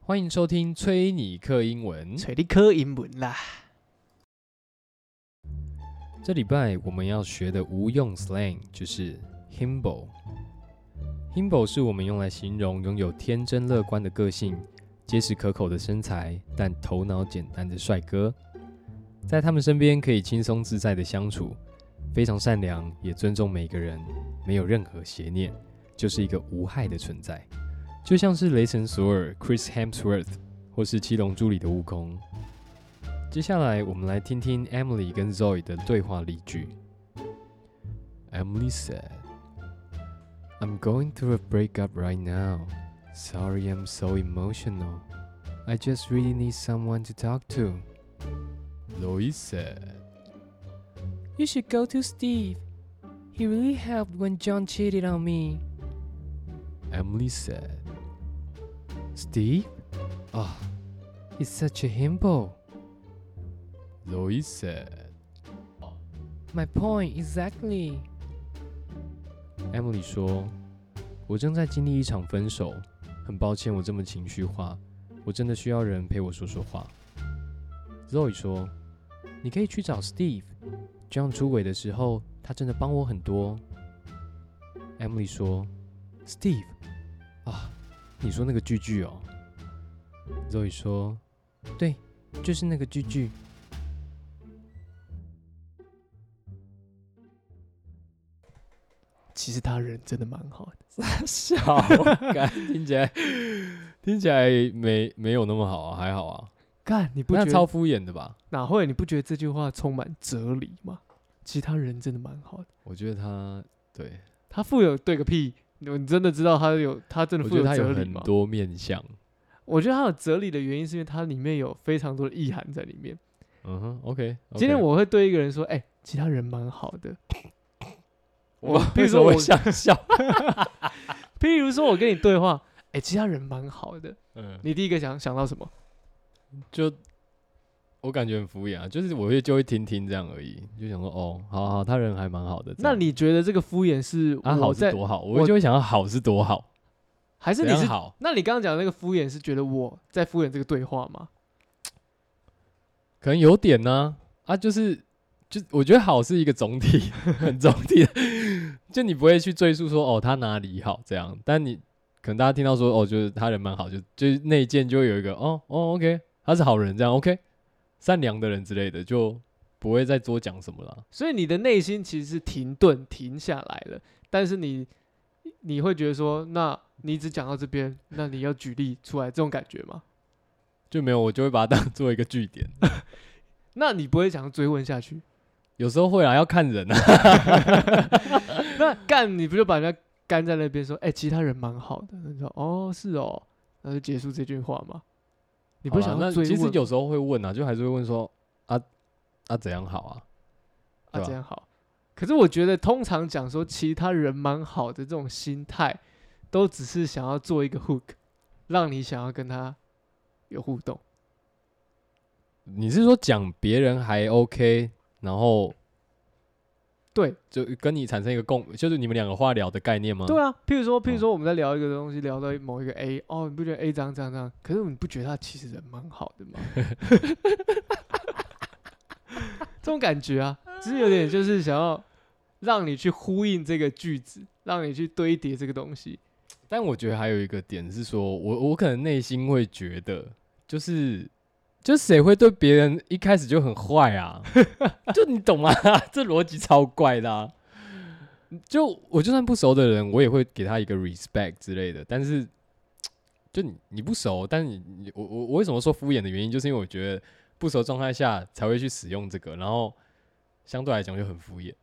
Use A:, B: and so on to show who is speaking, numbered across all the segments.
A: 欢迎收听崔尼克英文。
B: 找你考英文啦。
A: 这礼拜我们要学的无用 slang 就是 himbo。himbo 是我们用来形容拥有天真乐观的个性、结实可口的身材，但头脑简单的帅哥。在他们身边可以轻松自在的相处，非常善良，也尊重每个人，没有任何邪念，就是一个无害的存在。就像是雷神索尔 （Chris Hemsworth） 或是《七龙珠》里的悟空。接下来，我们来听听 Emily 跟 Zoe 的对话例句。Emily said, "I'm going through a breakup right now. Sorry, I'm so emotional. I just really need someone to talk to." Lois said, "You should go to Steve. He really helped when John cheated on me." Emily said. Steve? Ah, he's such a himbo. Lois said. My point exactly. Emily 说：“我正在经历一场分手，很抱歉我这么情绪化，我真的需要人陪我说说话。” Zoe 说：“你可以去找 Steve。John 出轨的时候，他真的帮我很多。” Emily 说：“Steve，啊，你说那个句句哦。”Zoe 说：“对，就是那个句句。”
B: 其实他人真的蛮好的，
A: 笑，干听起来 听起来没没有那么好啊，还好啊，
B: 干你不
A: 那
B: 觉
A: 超
B: 得
A: 敷衍的吧？
B: 哪会？你不觉得这句话充满哲理吗？其实他人真的蛮好的，
A: 我觉得他对，
B: 他富有对个屁！你真的知道他有他真的
A: 我
B: 富
A: 觉得他有
B: 哲理
A: 很
B: 吗？
A: 多面相。
B: 我觉得他有哲理的原因是因为它里面有非常多的意涵在里面。
A: 嗯哼，OK,
B: 今天我会对一个人说：“哎、其他人蛮好的。”
A: 我
B: 譬
A: 为
B: 如
A: 什么
B: 说我
A: 会，想 笑？
B: 譬如说我跟你对话，哎、其他人蛮好的。
A: 嗯，
B: 你第一个想想到什么？
A: 就我感觉很敷衍啊，就是我会就会听听这样而已，就想说哦，好好，他人还蛮好的。这
B: 那
A: 样
B: 你觉得这个敷衍是
A: 啊好
B: 我
A: 是
B: 在，
A: 多好，
B: 我
A: 我就会想要好是多好，
B: 还是
A: 怎
B: 你
A: 样
B: 是？
A: 好？
B: 那你刚刚讲的那个敷衍是觉得我在敷衍这个对话吗？
A: 可能有点呢、啊，就是就我觉得好是一个总体， 很总体的，就你不会去赘述说哦他哪里好这样，但你可能大家听到说哦就是他人蛮好，就就是内建就会有一个哦哦 OK 他是好人这样 OK 善良的人之类的，就不会再多讲什么了。
B: 所以你的内心其实是停顿停下来了，但是你你会觉得说，那你只讲到这边，那你要举例出来这种感觉吗？
A: 就没有，我就会把它当做一个据点。
B: 那你不会想要追问下去？
A: 有时候会啊，要看人啊。
B: 那干你不就把人家干在那边说，哎、其他人蛮好的，你说哦是哦，那就结束这句话吗？你
A: 你
B: 不会想要
A: 啊那
B: 追
A: 其
B: 问
A: 实
B: 吗
A: 有时候会问啊，就还是会问说啊啊怎样好啊？
B: 啊
A: 对吧
B: 这样好？可是我觉得通常讲说其他人蛮好的这种心态，都只是想要做一个 hook，让你想要跟他有互动。
A: 你是说讲别人还 OK，然后
B: 对，
A: 就跟你产生一个共，就是你们两个话聊的概念吗？
B: 对啊，譬如说，譬
A: 嗯
B: 如说我们在聊一个东西，聊到某一个 A，哦，你不觉得 A 这样这样这样？可是你不觉得他其实人蛮好的吗？ 这种感觉啊，只是有点就是想要让你去呼应这个句子，让你去堆叠这个东西。
A: 但我觉得还有一个点是说，我我可能内心会觉得，就是就谁会对别人一开始就很坏啊？ 就你懂吗？ 这逻辑超怪的、啊。就我就算不熟的人，我也会给他一个 respect 之类的。但是，就你你不熟，但是你你我我我为什么说敷衍的原因，就是因为我觉得不熟状态下才会去使用这个，然后相对来讲就很敷衍。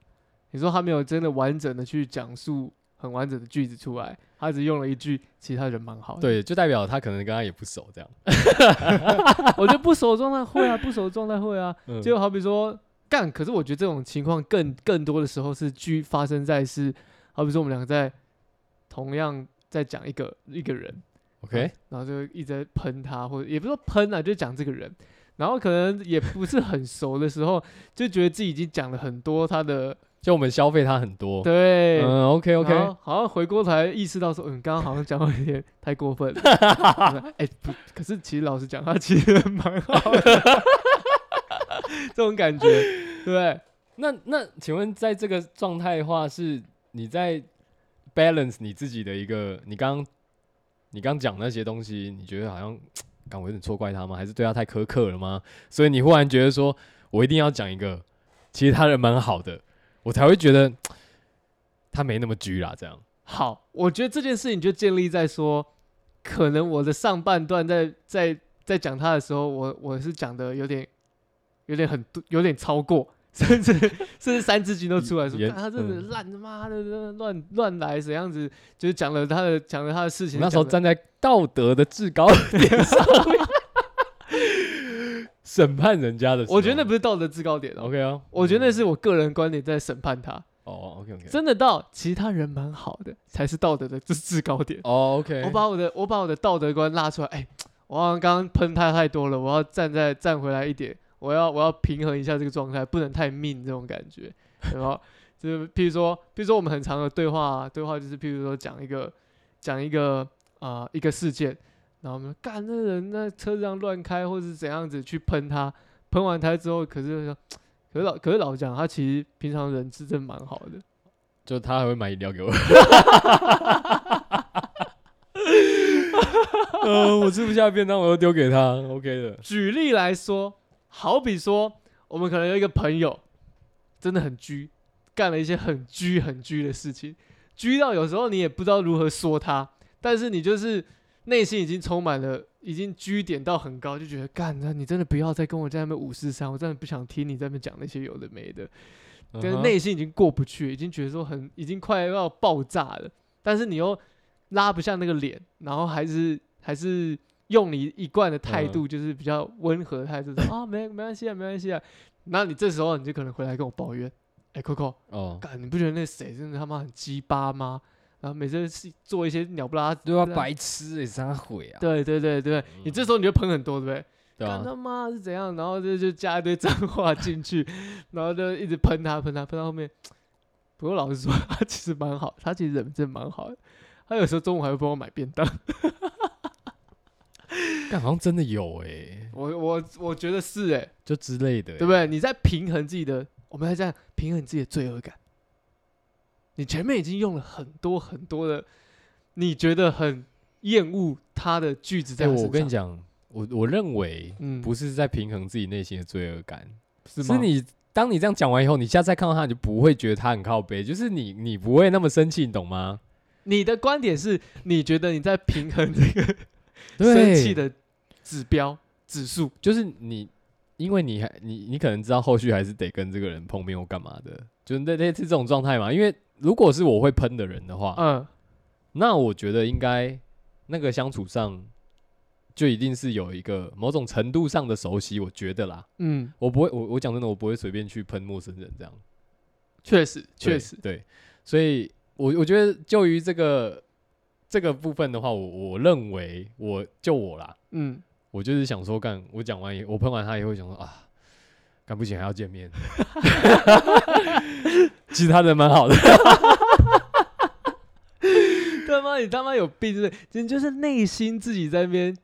B: 你说他没有真的完整的去讲述很完整的句子出来，他只用了一句“其他人蛮好的”。，
A: 对，就代表他可能跟他也不熟这样。
B: 我觉得不熟的状态会啊，不熟的状态会啊。
A: 嗯
B: 就好比说干，可是我觉得这种情况更更多的时候是居发生在是，好比说我们两个在同样在讲一个一个人
A: OK，
B: 然后就一直在喷他，或者也不是说喷啊，就讲这个人，然后可能也不是很熟的时候，就觉得自己已经讲了很多他的
A: 就我们消费它很多。
B: 对。
A: 嗯，OK OK，
B: 然后好像回过头来意识到说，嗯，刚刚好像讲有点太过分了。 哎、不，可是其实老实讲，他其实蛮好的，这种感觉，对不对？
A: 那那请问，在这个状态的话，是你在 balance 你自己的一个，你刚你刚讲那些东西，你觉得好像，刚我有点错怪他吗？还是对他太苛刻了吗？所以你忽然觉得说，我一定要讲一个，其实他人蛮好的，我才会觉得他没那么拘啦，这样。
B: 好，我觉得这件事情就建立在说，可能我的上半段在在在讲他的时候，我我是讲的有点有点很多有点超过，甚至甚至三字经都出来说，
A: 也
B: 干他真的
A: 嗯
B: 烂他妈的乱乱来怎样子，就是讲了他的讲了他的事情。
A: 我那时候站
B: 讲了
A: 在道德的制高点上面 审判人家的时候，
B: 我觉得那不是道德制高点哦，
A: OK 啊，
B: 我觉得那
A: 嗯
B: 是我个人观点在审判他。
A: 哦，OK OK，
B: 真的到其他人蛮好的才是道德的制制高点。
A: 哦 OK，
B: 我把我的我把我的道德观拉出来，哎、我好像刚刚喷他太多了，我要站在站回来一点，我要我要平衡一下这个状态，不能太命这种感觉，然后 就是譬如说，譬如说我们很长的对话、啊，对话就是譬如说讲一个讲一个啊、呃一个事件，然后我们说干那人那车这样乱开或是怎样子去喷他，喷完他之后，可是说可是老可是老实讲他其实平常人是真蛮好的。
A: 就他还会买饮料给我。 呃，我吃不下便当，我就丢给他，OK 的。
B: 举例来说，好比说，我们可能有一个朋友，真的很拘，干了一些很拘很拘的事情，拘到有时候你也不知道如何说他，但是你就是内心已经充满了，已经拘点到很高，就觉得干，那你真的不要再跟我在那边五四三，我真的不想听你在那边讲那些有的没的，
A: 嗯
B: 但是
A: 哼
B: 内心已经过不去，已经觉得说很，已经快要爆炸了，但是你又拉不下那个脸，然后还是还是用你一贯的态
A: 嗯
B: 度，就是比较温和的态度，说啊没没关系啊，没关系啊。那你这时候你就可能回来跟我抱怨，哎、c o c o
A: 哦，
B: 干你不觉得那谁真的他妈很鸡巴吗？然后每次是做一些鸟不拉，
A: 对啊，白
B: 欸
A: 痴哎，啥毁啊？
B: 对对对对，你这时候你就喷很多，对不对？
A: 对
B: 干
A: 啊，
B: 他妈是怎样？然后就就加一堆脏话进去， 然后就一直喷他喷他喷到后面。不过老实说，他其实蛮好，他其实人真的蛮好的。他有时候中午还会帮我买便当，
A: 干好像真的有哎，
B: 我我我觉得是哎、
A: 就之类的欸，
B: 对不对？你在平衡自己的，我们要这样平衡自己的罪恶感。你前面已经用了很多很多的，你觉得很厌恶他的句子在、
A: 哎，我跟你，讲，我我认为
B: 嗯，
A: 不是在平衡自己内心的罪恶感，
B: 是
A: 是
B: 吗？
A: 你当你这样讲完以后，你下次再看到他，你就不会觉得他很靠背，就是你你不会那么生气，你懂吗？
B: 你的观点是，你觉得你在平衡这个生
A: 对
B: 气的指标指数。
A: 就是你，因为你还你你可能知道后续还是得跟这个人碰面或干嘛的，就是那那是这种状态嘛。因为如果是我会喷的人的话，
B: 嗯，
A: 那我觉得应该那个相处上就一定是有一个某种程度上的熟悉，我觉得啦，
B: 嗯，
A: 我不会我我讲真的，我不会随便去喷陌生人这样，
B: 确实，
A: 对
B: 确实，
A: 对，所以我我觉得就于这个这个部分的话，我我认为我就我啦，
B: 嗯，
A: 我就是想说，干，我讲完以我喷完他以后想说啊，干不行还要见面。 其实他人蛮好的，
B: 他妈你他妈有病是不是？你就是内心自己在那边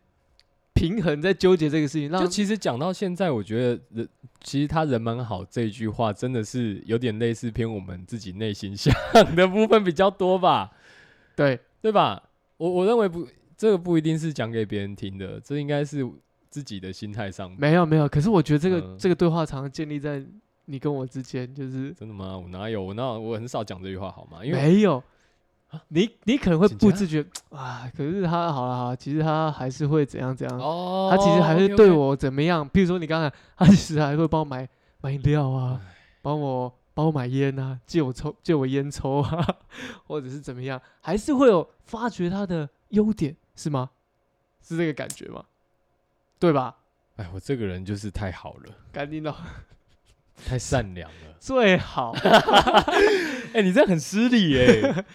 B: 平衡，在纠结这个事情，
A: 就
B: 让
A: 其实讲到现在，我觉得人其实他人蛮好这一句话，真的是有点类似偏我们自己内心想的部分比较多吧，
B: 对
A: 对吧？我我认为不，这个不一定是讲给别人听的，这应该是自己的心态上。
B: 没有没有。可是我觉得这个、
A: 嗯
B: 这个对话常常建立在你跟我之间，就是
A: 真的吗？我哪有？我哪有我很少讲这句话，好吗？因为
B: 没有。你你可能会
A: 请
B: 不
A: 假
B: 自觉啊，可是他好了好了，其实他还是会怎样怎样，
A: 哦
B: 啊他其实还是
A: OK，OK
B: 对我怎么样？譬如说你刚才，他其实还会帮我买买饮料啊，帮我帮我买烟啊，借我抽借我烟抽啊， 或者是怎么样，还是会有发掘他的优点，是吗？是这个感觉吗？对吧？
A: 哎，我这个人就是太好了，
B: 赶紧的，
A: 太善良了。
B: 最好，
A: 哎、你这样很失礼耶、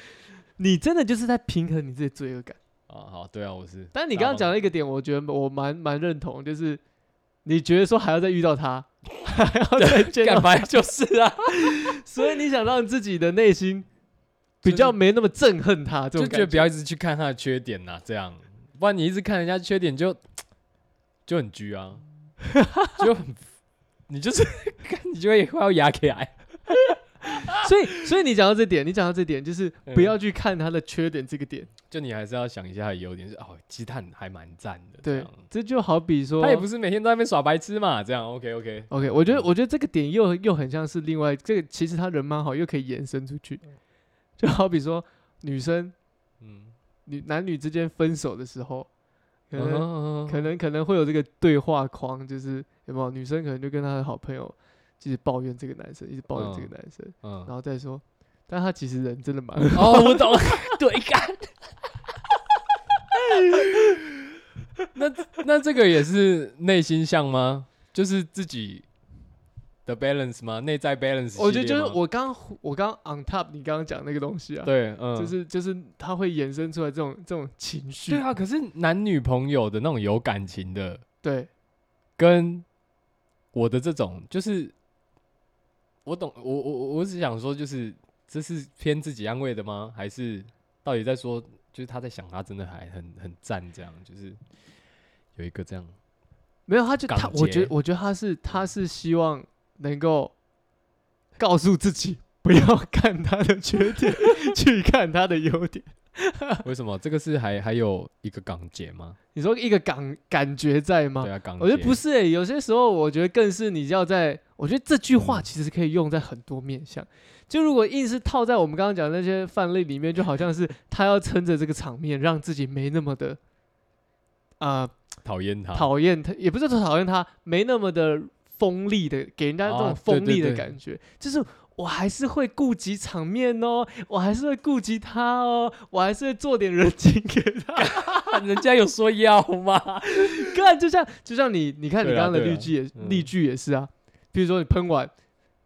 B: 你真的就是在平衡你自己的罪恶感。
A: 啊，好，对啊，我是。
B: 但你刚刚讲的一个点，我觉得我蛮蛮认同，就是你觉得说还要再遇到他， 还要再见
A: 干
B: 到，
A: 嘛就是啊，
B: 所以你想让自己的内心比
A: 就是
B: 较没那么憎恨他，这
A: 就觉
B: 种
A: 得
B: 感
A: 不
B: 觉。
A: 要一直去看他的缺点呐、这样，不然你一直看人家缺点就就很居啊， 就很你就是 看你就会快要牙起来，
B: 所以，所以你讲到这点，你讲到这点，就是不
A: 嗯
B: 要去看他的缺点这个点。
A: 就你还是要想一下他的优点是哦，鸡蛋还蛮赞的，这
B: 对
A: 样，
B: 这就好比说，
A: 他也不是每天都在那边耍白痴嘛，这样 OK OK，
B: OK，我觉得我觉得这个点又又很像是另外这个，其实他人蛮好，又可以延伸出去，就好比说女生
A: 嗯，
B: 女男女之间分手的时候，
A: 嗯
B: 可
A: 哼
B: 能、
A: 嗯哼
B: 可能可能会有这个对话框，就是有没有女生可能就跟她的好朋友就是抱怨这个男生，一直抱怨这
A: 嗯
B: 个男生，
A: 嗯
B: 然后再说，但他其实人真的蛮好，
A: 哦，我 懂了，对干。那那这个也是内心向吗？就是自己的 balance 吗？内在 balance？
B: 我觉得
A: 系
B: 就
A: 列
B: 是
A: 吗
B: 我刚我刚 on top 你刚刚讲那个东西啊，
A: 对，嗯，
B: 就是就是他会衍生出来这种这种情绪，
A: 对啊。可是男女朋友的那种有感情的，
B: 对
A: 跟我的这种，就是我懂，我我我我只想说，就是这是偏自己安慰的吗？还是到底在说，就是他在想他真的还很很赞，这样就是有一个这样，
B: 没有，他就他
A: 港，
B: 我
A: 姐
B: 觉得，我觉得他是他是希望能够告诉自己不要看他的缺点， 去看他的优点。
A: 为什么这个是还还有一个港姐吗？
B: 你说一个感感觉在吗？
A: 对啊，港姐，
B: 我觉得不是诶、欸有些时候我觉得更是你要在，我觉得这句
A: 嗯
B: 话其实可以用在很多面向。就如果硬是套在我们刚刚讲的那些范例里面，就好像是他要撑着这个场面，让自己没那么的啊、
A: 讨厌他，
B: 讨厌他，也不是说讨厌他，没那么的锋利的，给人家这
A: 啊
B: 种
A: 对
B: 锋利
A: 对
B: 的
A: 对
B: 感觉，就是。我还是会顾及场面哦，我还是会顾及他哦，我还是会做点人情给他。
A: 人家有说要吗？
B: 看，就像就像你，你看你
A: 对啊
B: 刚刚的
A: 对啊
B: 例句也
A: 嗯
B: 例句也是啊，比如说你喷完，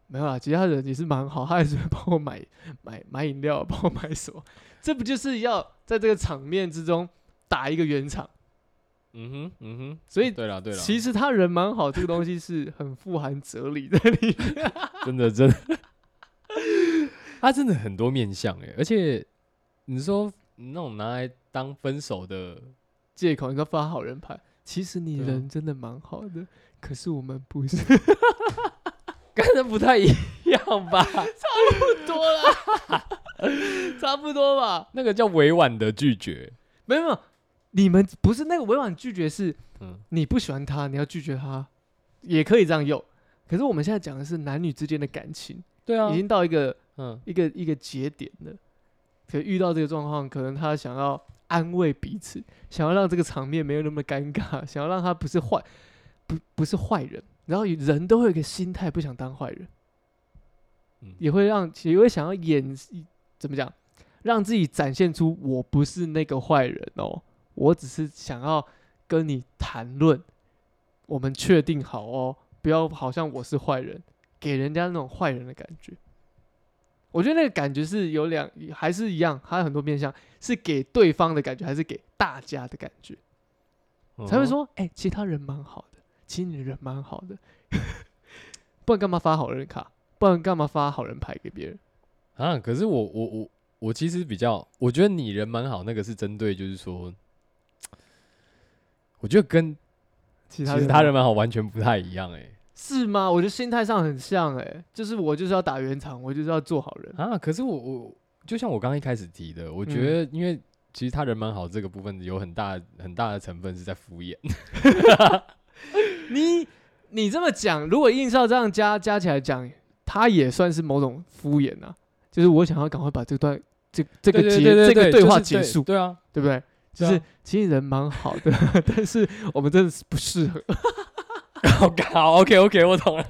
B: 没有啊，其他人也是蛮好，他还是会帮我买买买饮料，帮我买什么，这不就是要在这个场面之中打一个圆场？
A: 嗯哼，嗯哼，
B: 所以
A: 对了对了，
B: 其实他人蛮好，这个东西是很富含哲理 在里面。
A: 真的真的， 他真的很多面相哎，而且你说那种拿来当分手的，
B: 借口，你说发好人牌，其实你
A: 对啊
B: 人真的蛮好的，可是我们不是
A: 跟人不太一样 吧？
B: 多啦， 差不多吧？
A: 那个叫委婉的拒绝，
B: 没有没有，你们不是那个委婉拒绝是，
A: 嗯，
B: 你不喜欢他，你要拒绝他，也可以这样用。可是我们现在讲的是男女之间的感情，
A: 对啊
B: 已，经到一个
A: 嗯，
B: 一个一个节点了。可遇到这个状况，可能他想要安慰彼此，想要让这个场面没有那么尴尬， 想要让他不是坏，不不是坏人。然后人都会有一个心态，不想当坏人，
A: 嗯
B: 也会让也会想要演怎么讲，让自己展现出我不是那个坏人哦，我只是想要跟你谈论，我们确定好哦，不要好像我是坏人，给人家那种坏人的感觉。我觉得那个感觉是有两，还是一样，还有很多面向，是给对方的感觉，还是给大家的感觉，才
A: 嗯
B: 会
A: 哼，
B: 说，哎、其他人蛮好的，其实你人蛮好的，不然干嘛发好人卡？不然干嘛发好人牌给别人？
A: 啊，可是我我我我其实比较，我觉得你人蛮好，那个是针对就是说，我觉得跟其
B: 其他人
A: 实他人蛮好完全不太一样哎、
B: 是吗？我觉得心态上很像、哎，就是我就是要打圆场，我就是要做好人。
A: 啊，可是我我就像我刚刚一开始提的，我觉
B: 嗯
A: 得因为其实他人蛮好这个部分有很大很大的成分是在敷衍，
B: 你你这么讲，如果硬是要这样加加起来讲，他也算是某种敷衍啊。就是我想要赶快把这段这这个结这个对话结束，
A: 对啊，
B: 对不对？
A: 对
B: 就
A: 啊
B: 是其实人蛮好的， 但是我们真的是不适合。
A: 好好 OK OK，我懂了，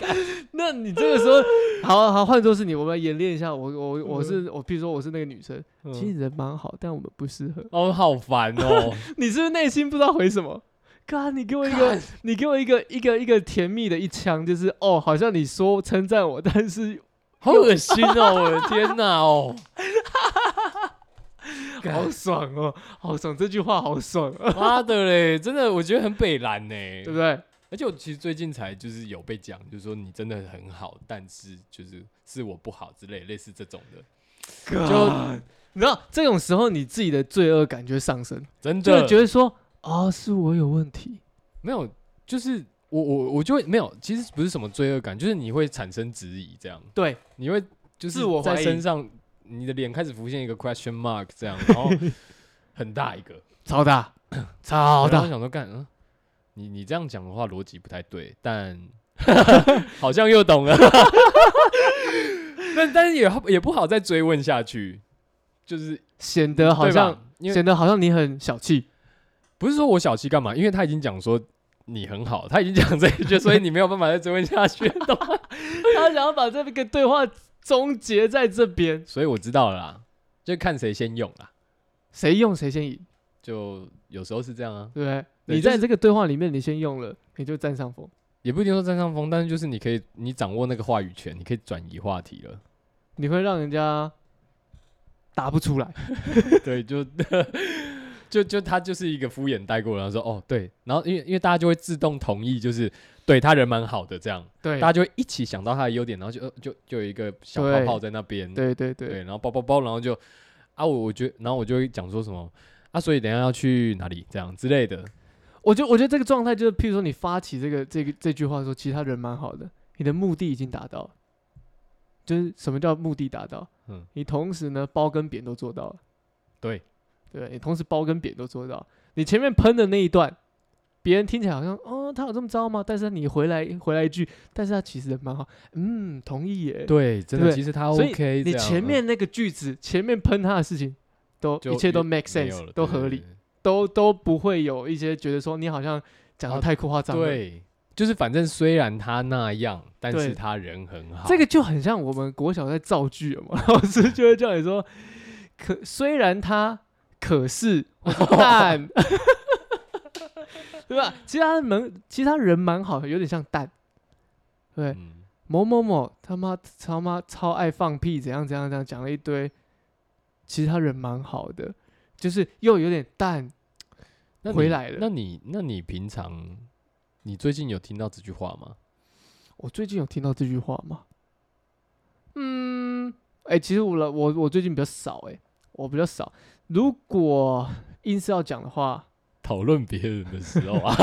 B: 那你这个时候， 嗯好好换作是你，我们来演练一下。我我我是我，譬如说我是那个女生，其
A: 嗯
B: 实人蛮好，但我们不适合。
A: 哦，好烦哦，
B: 你是不是内心不知道回什么？哥，你给我一个，你给我一个一个一个甜蜜的一枪，就是哦，好像你说称赞我，但是
A: 好恶心哦， 我的天哪 哦，
B: 好爽哦，好爽！这句话好爽、啊，
A: 妈的嘞，真的我觉得很北蓝呢，
B: 对不对？
A: 而且我其实最近才就是有被讲，就是说你真的很好，但是就是是我不好之类，类似这种的，
B: 就你知道这种时候你自己的罪恶感就会上升，
A: 真
B: 就
A: 的
B: 会觉得说啊是我有问题，
A: 没有，就是我我我就会没有，其实不是什么罪恶感，就是你会产生质疑，这样
B: 对，
A: 你会就是
B: 自我
A: 在
B: 怀疑
A: 身上，你的脸开始浮现一个 question mark 这 样，然后很大一个，
B: 超 大超
A: 然后
B: 大
A: 我，想说干，嗯，你你这样讲的话逻辑不太对，但 好像又懂了， 但但是也也不好再追问下去，就是
B: 显得呃好
A: 对吧
B: 像
A: 因为
B: 显得好像你很小气，
A: 不是说我小气干嘛，因为他已经讲说。你很好，他已经讲这一 句，所以你没有办法再追问下去，懂吗？
B: 他想要把这个对话终结在这边，
A: 所以我知道了啦，就看谁先用啦。
B: 谁用谁先赢，
A: 就有时候是这样啊，
B: 对不对？
A: 对
B: 你
A: 就是
B: 在这个对话里面你先用了，你就占上风。
A: 也不一定说占上风，但是就是你可以，你掌握那个话语权，你可以转移话题了。
B: 你会让人家答不出来。
A: 对，就就就他就是一个敷衍带过，然后说哦对，然后因为因为大家就会自动同意，就是对他人蛮好的这样，
B: 对
A: 大家就会一起想到他的优点，然后就呃就就有一个小泡
B: 对
A: 泡在那边，
B: 对对对，
A: 对，然后包包包，然后就啊我我觉得，然后我就会讲说什么啊，所以等一下要去哪里这样之类的，
B: 我觉得我觉得这个状态就是，譬如说你发起这个这个这句话的时候，其实他人蛮好的，你的目的已经达到了。就是什么叫目的达到？
A: 嗯，
B: 你同时呢包跟扁都做到了。
A: 对，
B: 对你同时包跟扁都做到。你前面喷的那一段，别人听起来好像哦他有这么糟吗？但是你回来回来一句，但是他其实人蛮好，嗯，同意耶。
A: 对，真的
B: 对
A: 其实他
B: 所以
A: OK，
B: 你
A: 这样
B: 前
A: 嗯
B: 面那个句子，前面喷他的事情，都
A: 就
B: 一切都
A: 没
B: make
A: 没有
B: sense，
A: 了
B: 都
A: 对对
B: 合理
A: 对，
B: 都都不会有一些觉得说你好像讲
A: 啊
B: 的太夸张了。，
A: 对，就是反正虽然他那样，但是
B: 对
A: 他人很好。
B: 这个就很像我们国小在造句了嘛， 老师就会叫你说，可虽然他，可是或者但，对吧？其他人其他人蛮好的，有点像蛋。对，
A: 嗯，
B: 某某某他妈他妈超爱放屁，怎样怎样怎样讲了一堆，其实他人蛮好的，就是又有点淡，
A: 那你
B: 回来了
A: 那你那你平常你最近有听到这句话吗？
B: 我最近有听到这句话吗？嗯，哎、其实我了我我最近比较少哎、我比较少。如果硬是要讲的话，
A: 讨论别人的时候 啊，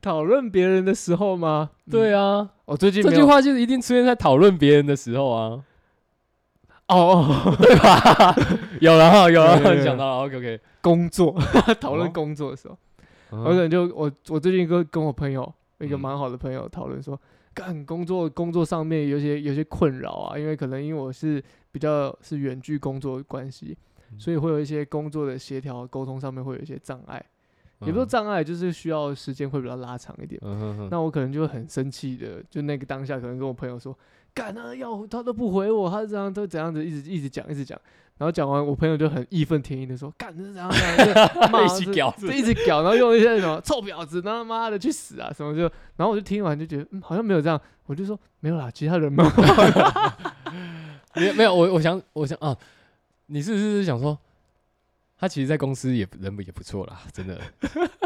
B: 讨论别人的时候吗？
A: 对
B: 啊，
A: 啊，
B: 我最近
A: 这
B: 没
A: 句
B: 有
A: 话就是一定出现在讨论别人的时候啊，
B: 哦哦，
A: 对吧？有了哈，有
B: 对对
A: 了，
B: 对
A: 想到了，OK OK。
B: 工作 讨
A: 哦
B: 论工作的时候，我可
A: 嗯
B: 能就我我最近跟跟我朋友一个
A: 嗯
B: 蛮好的朋友讨论说，干工作工作上面有些有些困扰啊，因为可能因为我是比较是远距工作的关系，
A: 嗯
B: 所以会有一些工作的协调沟通上面会有一些障碍，也不是说
A: 嗯
B: 障碍，就是需要时间会比较拉长一点。
A: 嗯哼哼
B: 那我可能就会很生气的，就那个当下可能跟我朋友说，干啊要他都不回我，他这样都怎样子，一直一直讲一直讲，然后讲完我朋友就很义愤填膺的说，干这是怎样怎样怎样， 就骂
A: 一起
B: 这
A: 屌是不
B: 就是一直屌，然后用一些什么臭婊子，他妈的去死啊什么就，然后我就听完就觉得，嗯，好像没有这样，我就说没有啦，其他人嘛，
A: 没有没有，我我想我想啊，你是不是想说，他其实，在公司也人也不错啦，真 的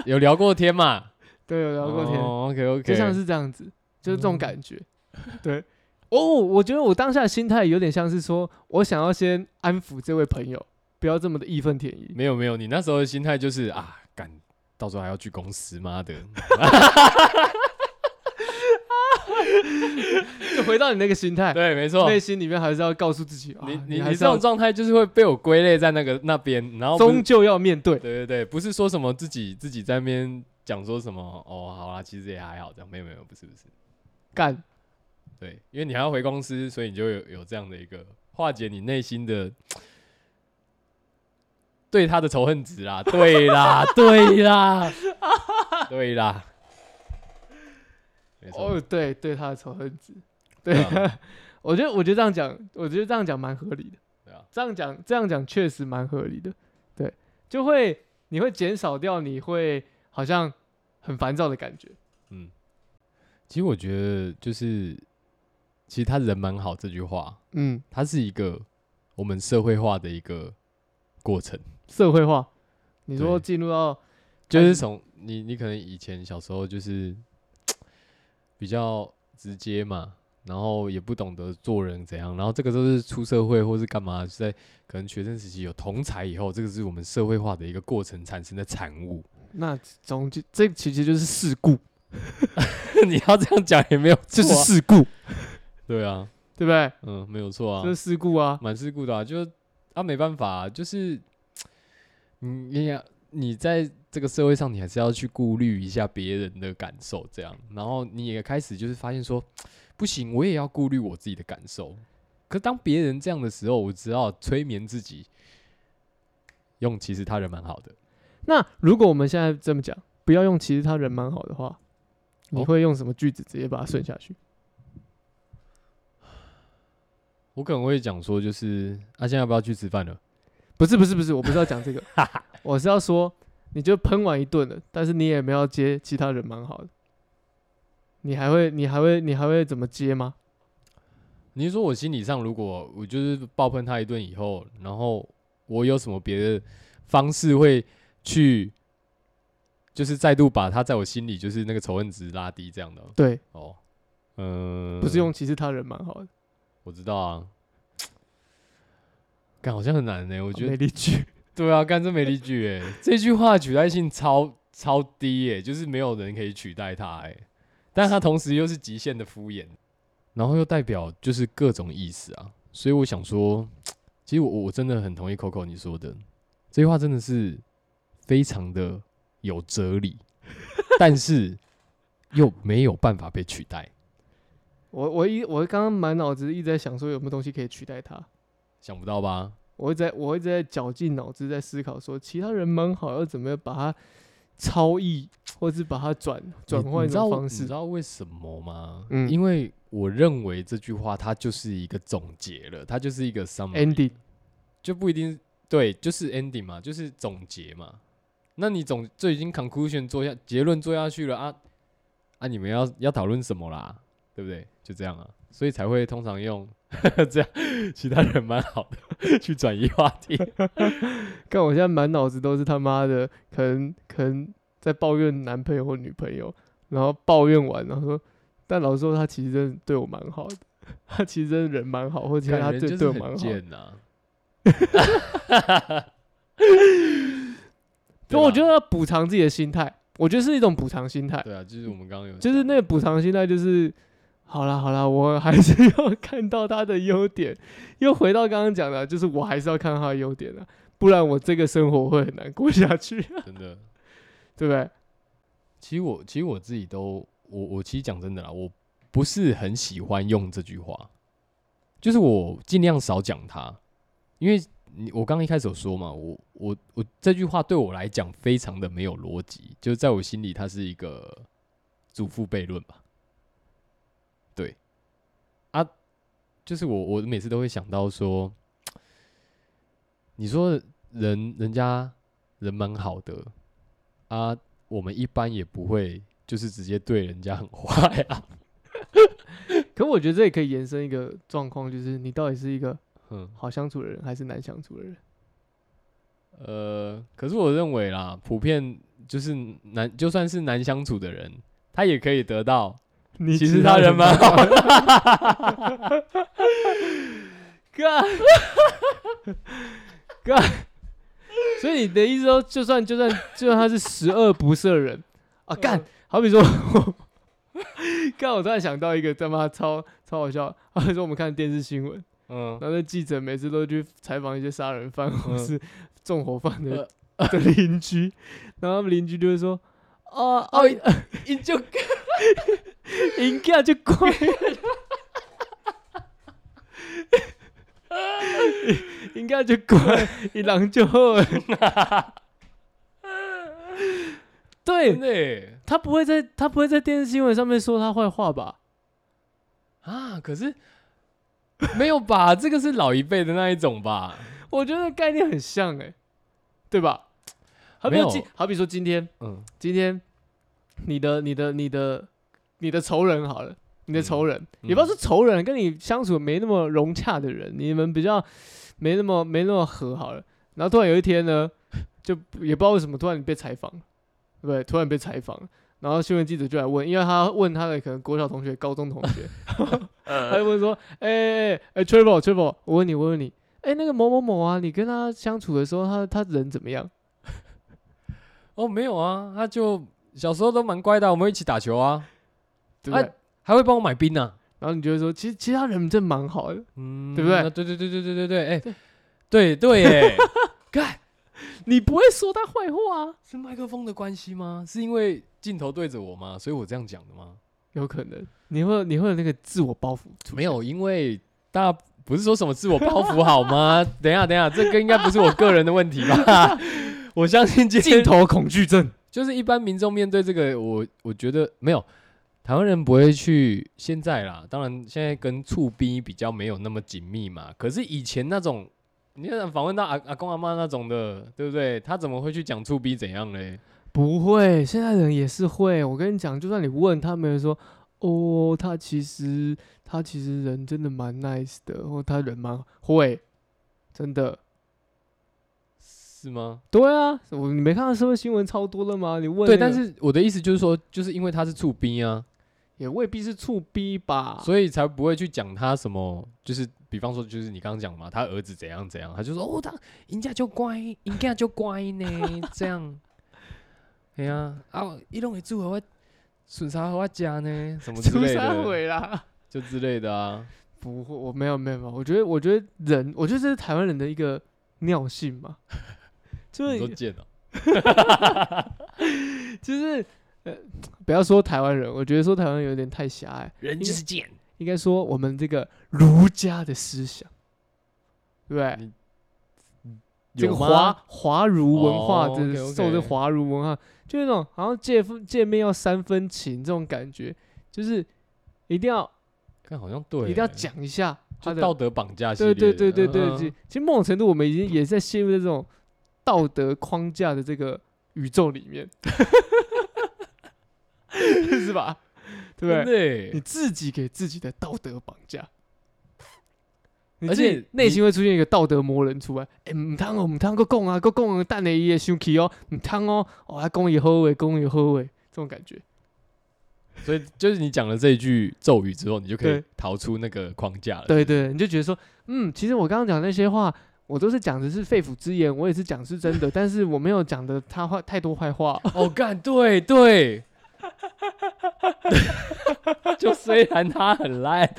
A: 有聊过天嘛？哦
B: 对，有聊过天，
A: OK OK，嗯
B: 就像是这样子，就是这种感觉， 对。哦，我觉得我当下的心态有点像是说，我想要先安抚这位朋友，不要这么的义愤填膺。
A: 没有没有，你那时候的心态就是啊，赶到时候还要去公司，妈的，
B: 就 回到你那个心态，
A: 对，没错。
B: 内心里面还是要告诉自己，啊
A: 你你
B: 还
A: 你这
B: 是要
A: 种状态就是会被我归类在那个那边，然后不是
B: 终究要面对。
A: 对对对，不是说什么自己自己在那边讲说什么哦，好啦，其实也还好这样，没有没有，不是不是，
B: 干，
A: 对，因为你还要回公司，所以你就有有这样的一个化解你内心的对他的仇恨值啦，对啦，对啦，对啦， 没错，
B: 哦，对，对他的仇恨值，对
A: 对，啊
B: 我觉得我觉得这样讲，我觉得这样讲蛮合理的，
A: 对啊，
B: 这样讲这样讲确实蛮合理的，对，就会你会减少掉你会好像很烦躁的感觉，
A: 嗯，其实我觉得就是，其实他人蛮好这句话，
B: 嗯，
A: 它是一个我们社会化的一个过程，
B: 社会化，你说
A: 对
B: 进入到哎
A: 就
B: 开
A: 是
B: 始
A: 从你你可能以前小时候就是比较直接嘛，然后也不懂得做人怎样，然后这个都是出社会或是干嘛，是在可能学生时期有同才以后，这个是我们社会化的一个过程产生的产物。
B: 那总之，这其实就是事故，
A: 你要这样讲也没有
B: 这
A: 错、
B: 是
A: 啊，
B: 事故，
A: 对啊，
B: 对不对？
A: 嗯，没有错啊
B: 这，是事故 啊，
A: 蛮世故的、啊，就啊没办法、就是嗯你要你在这个社会上，你还是要去顾虑一下别人的感受，这样，然后你也开始就是发现说，不行，我也要顾虑我自己的感受。可当别人这样的时候，我只好催眠自己，用其实他人蛮好的，
B: 那如果我们现在这么讲，不要用其实他人蛮好的话，你
A: 哦
B: 会用什么句子直接把它顺下去？
A: 我可能会讲说，就是啊，现在要不要去吃饭了？
B: 不是不是不是，我不是要讲 这个，我是要说，你就喷完一顿了，但是你也没有接其他人蛮好的，你还会你还会你还会怎么接吗？
A: 你是说我心理上，如果我就是爆喷他一顿以后，然后我有什么别的方式会去，就是再度把他在我心里就是那个仇恨值拉低这样的
B: 对，
A: 哦，嗯、
B: 不是用其实他人蛮好的，
A: 我知道啊，干好像很难欸呢、我觉
B: 没
A: 得
B: 例句。
A: 对啊，干这没例句哎、这句话的取代性超超低哎、就是没有人可以取代它哎、但它同时又是极限的敷衍，然后又代表就是各种意思啊，所以我想说，其实我我真的很同意 Coco 你说的，这句话真的是非常的有哲理，但是又没有办法被取代。
B: 我我一我刚刚满脑子一直在想说有没有东西可以取代他，
A: 想不到吧？
B: 我一直在我一直在绞尽脑汁在思考说其他人蛮好要怎么样把它超译，或是把它转转
A: 你
B: 换
A: 你
B: 一
A: 知道
B: 种
A: 我
B: 方
A: 你
B: 式
A: 知。道为什么吗？
B: 嗯
A: 因为我认为这句话它就是一个总结了，它就是一个 summary，
B: ending
A: 就不一定对，就是 ending 嘛，就是总结嘛。那你总就已经 conclusion 做下结论做下去了啊啊！你们要要讨论什么啦？对不对？就这样啊，所以才会通常用 这样，其他人蛮好的去转移话题。
B: 干，我现在满脑子都是他妈的，可能可能在抱怨男朋友或女朋友，然后抱怨完，然后说，但老实说，他其实真的对我蛮好的，他其实真的人蛮好， 或者其实
A: 感
B: 他
A: 觉
B: 对
A: 就是
B: 对我蛮
A: 很
B: 好的。
A: 贱啊 呐、
B: 所以我觉
A: 得
B: 得要补偿自己的心态，我觉得是一种补偿心态，
A: 对啊，就是我们刚刚有
B: 就是
A: 讲
B: 那个补偿心态就是。好啦好啦，我还是 要看到他的优点，又回到刚刚讲的，就是我还是要看到他的优点啊，不然我这个生活会很难过下去，
A: 真的。
B: 对不对？
A: 其实我其实我自己都，我我其实讲真的啦，我不是很喜欢用这句话，就是我尽量少讲它，因为你我刚刚一开始有说嘛，我我我这句话对我来讲非常的没有逻辑，就是在我心里它是一个祖父悖论吧。对，啊，就是我我每次都会想到说，你说人人家人蛮好的啊，我们一般也不会就是直接对人家很坏啊。
B: 可我觉得这也可以延伸一个状况，就是你到底是一个
A: 嗯，
B: 好相处的人还是难相处的人？
A: 呃，可是我认为啦，普遍就是难，就算是难相处的人，他也可以得 到。
B: 你
A: 其实他人蛮好
B: 的。
A: 干，
B: 所以你的意思说，就算就算就算他是十恶不赦人啊，干，好比说， 干，我突然想到一个他妈超超好笑，好比说我们看电视新闻，
A: 嗯，
B: 然后那记者每次都去采访一些杀人犯或是纵火犯的、
A: 呃
B: 的邻居，然后他们邻居就会说，哦哦
A: 哦，， 你 就
B: 人家就乖。 应该就乖，伊人就好的。
A: 真
B: 对
A: 的耶
B: 他不会在他不会在电视新闻上面说他坏话吧？
A: 啊，可是没有吧？这个是老一辈的那一种吧？
B: 我觉得概念很像哎、对吧？好比
A: 没有
B: 说今好比说今天
A: 嗯
B: 今天你的你的你的你的仇人好了，你的仇人，
A: 嗯
B: 也不要说仇人，跟你相处没那么融洽的人，你们比较没那么没那么和好了。然后突然有一天呢，就也不知道为什么突然你被采访了，对不对？突然被采访，然后新闻记者就来问，因为他问他的可能国小同学、高中同 学，他就问说：“哎哎哎哎 t r a v o r t r a v o r 我问你，我问你，哎、那个某某某啊，你跟他相处的时候，他他人怎么样？
A: 哦，没有啊，他就小时候都蛮乖的啊，我们一起打球啊，
B: 对不对？”
A: 啊还会帮我买冰呢、
B: 然后你就会说，其实其实他人真蛮好的，
A: 嗯，
B: 对不对
A: 那对对对对对对对，哎、对对耶，看
B: 你不会说他坏话啊，
A: 是麦克风的关系吗？是因为镜头对着我吗？所以我这样讲的吗？
B: 有可能你会有你会有那个自我 包袱出现
A: 没有，因为大家不是说什么自我包袱好吗？ 等一下等一下，这个应该不是我个人的问题 吧？我相信今天
B: 镜头恐惧症，
A: 就是一般民众面对这个，我我觉得没有。台湾人不会去现在啦，当然现在跟醋逼比较没有那么紧密嘛。可是以前那种，你想访问到阿阿公阿妈那种的，对不对？他怎么会去讲醋逼怎样嘞？
B: 不会，现在人也是会。我跟你讲，就算你问他们说，哦，他其实他其实人真的蛮 nice 的，或他人蛮会，真的。
A: 是吗？
B: 对啊，我你没看到社会新闻超多了吗？你问、
A: 对，但是我的意思就是说，就是因为他是醋逼啊，
B: 也未必是醋逼吧？
A: 所以才不会去讲他什么，就是比方说，就是你刚刚讲嘛，他儿子怎样怎样，他就说哦，他人家就乖，人家就乖呢，这样，哎呀、啊，伊拢会煮给我顺啥给我食呢，什么之
B: 出
A: 类
B: 三
A: 的，
B: 回啦。
A: 就之类的啊，
B: 不会，我没有没有没有，我觉得我觉得人，我觉得这是台湾人的一个尿性嘛， 就
A: 你
B: 是
A: 说贱哦、
B: 就是呃，不要说台湾人，我觉得说台湾人有点太狭隘，
A: 人
B: 就是
A: 贱，
B: 应该说我们这个儒家的思想，对不对？
A: 你
B: 这个
A: 有吗
B: 华华儒文化，
A: 哦
B: 这、
A: OK，OK
B: 受这华儒文化，就是那种好像见分见面要三分情这种感觉，就是一定要
A: 看好像对耶，
B: 一定要讲一下他
A: 就
B: 的
A: 道德绑架系
B: 对
A: 列，
B: 对对对对，
A: 嗯
B: 其其实某种程度我们已经也在陷入在这种道德框架的这个宇宙里 面，是吧？对不
A: 真
B: 对？
A: 的欸
B: 你
A: 耶，
B: 自己给自己的道德绑架，你
A: 而
B: 自己
A: 且
B: 内
A: 你
B: 心会出现一个道德魔人出来。哎、唔通哦，唔通个讲啊，个讲啊，等下伊会生气哦，唔通哦，哦，他讲伊好话，讲伊好话，这种感觉。
A: 所以就是你讲了这一句咒语之后，你就可以
B: 对
A: 逃出那个框架了，
B: 对对，你就觉得说，嗯，其实我刚刚讲那些话，我都是讲的是肺腑之言，我也是讲是真的，但是我没有讲的他坏太多坏话。
A: 哦，干，对对， 就虽然他很烂，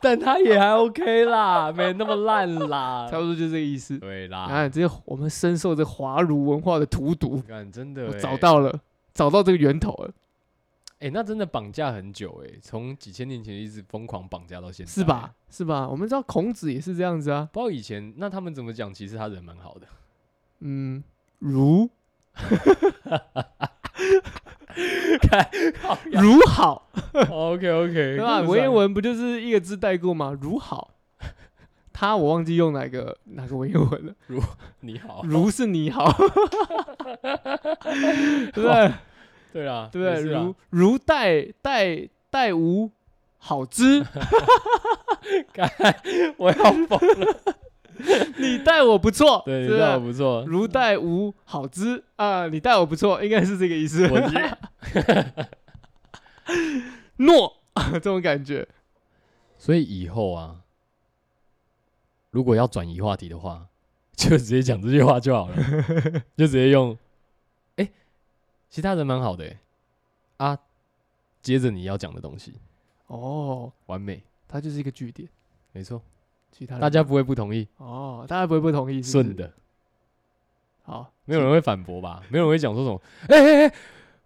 A: 但他也还 OK 啦，没那么烂啦
B: 差。不多就这个意思。
A: 对
B: 啊，
A: 啦，
B: 这我们深受这华儒文化的荼毒，
A: 干真的
B: 我
A: 欸
B: 找，到了，找到这个源头了，
A: 哎，那真的绑架很久哎，从几千年前一直疯狂绑架到现在，
B: 是吧？？是吧？我们知道孔子也是这样子啊，
A: 不知道以前那他们怎么讲，其实他人蛮 好的，
B: 嗯，儒
A: 靠 呀
B: 儒好，
A: OK OK，
B: 对啊吧？文言文不就是一个字带过吗？儒好， 他我忘记用哪个哪个文言文了，
A: 你好，
B: 儒是你好， 对不对？
A: 对啦，
B: 对不
A: 没
B: 对？
A: 事啊啦
B: 如如待待待无好 之，
A: 我要疯了，
B: 你待我不错，
A: 对，你
B: 是不
A: 知道
B: 是？
A: 不错，
B: 如待无好之啊、你待我不错，应该是这个意思。
A: 我 是
B: 诺 这种感觉，
A: 所以以后啊，如果要转移话题的话，就直接讲这句话就好 了，就直接用。哎、其他人蛮好的、欸、啊，接着你要讲的东西，
B: 哦，
A: 完美，
B: 它就是一个据点，
A: 没错，
B: 其他人
A: 大家不会不同意，
B: 哦，大家不会不同意，嗯是不是
A: 顺的，
B: 好，
A: 没有人会反驳吧？没有人会讲说什么，哎哎哎，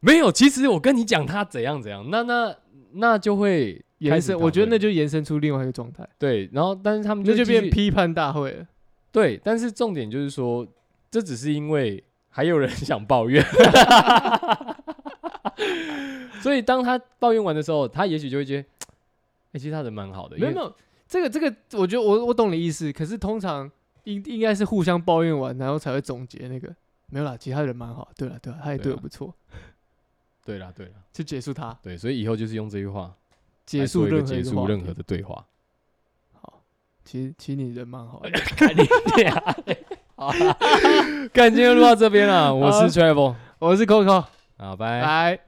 A: 没有，其实我跟你讲他怎样怎样，那那那就会
B: 延伸，我觉得那
A: 就
B: 就延伸出另外一个状态，
A: 对，然后但是他们
B: 那就
A: 会继
B: 变
A: 续
B: 批判大会了。
A: 对，但是重点就是说，这只是因为还有人 想抱怨，所以当他抱怨完的时候，他也许就会觉得，哎、其实他人蛮好的，
B: 没有没
A: 有，
B: 有，这个这个，我觉得我我懂你意思，可是通常应应该是互相抱怨完，然后才会总结那个。没有啦，其他人蛮好。对了对了，他也
A: 对啊
B: 对我
A: 啦
B: 不错，
A: 对啦对啦，
B: 就结束他，
A: 对，所以以后就是用这句话
B: 结
A: 来
B: 束
A: 做一个
B: 任何一
A: 结
B: 个
A: 束
B: 话
A: 任
B: 题
A: 何的对话。
B: 好，其实其实你人蛮好的，
A: 看你俩，好啊，干今天就录到这边了，我
B: 好
A: 是 Travel，
B: 我是 Coco，
C: 好，拜。
A: 拜。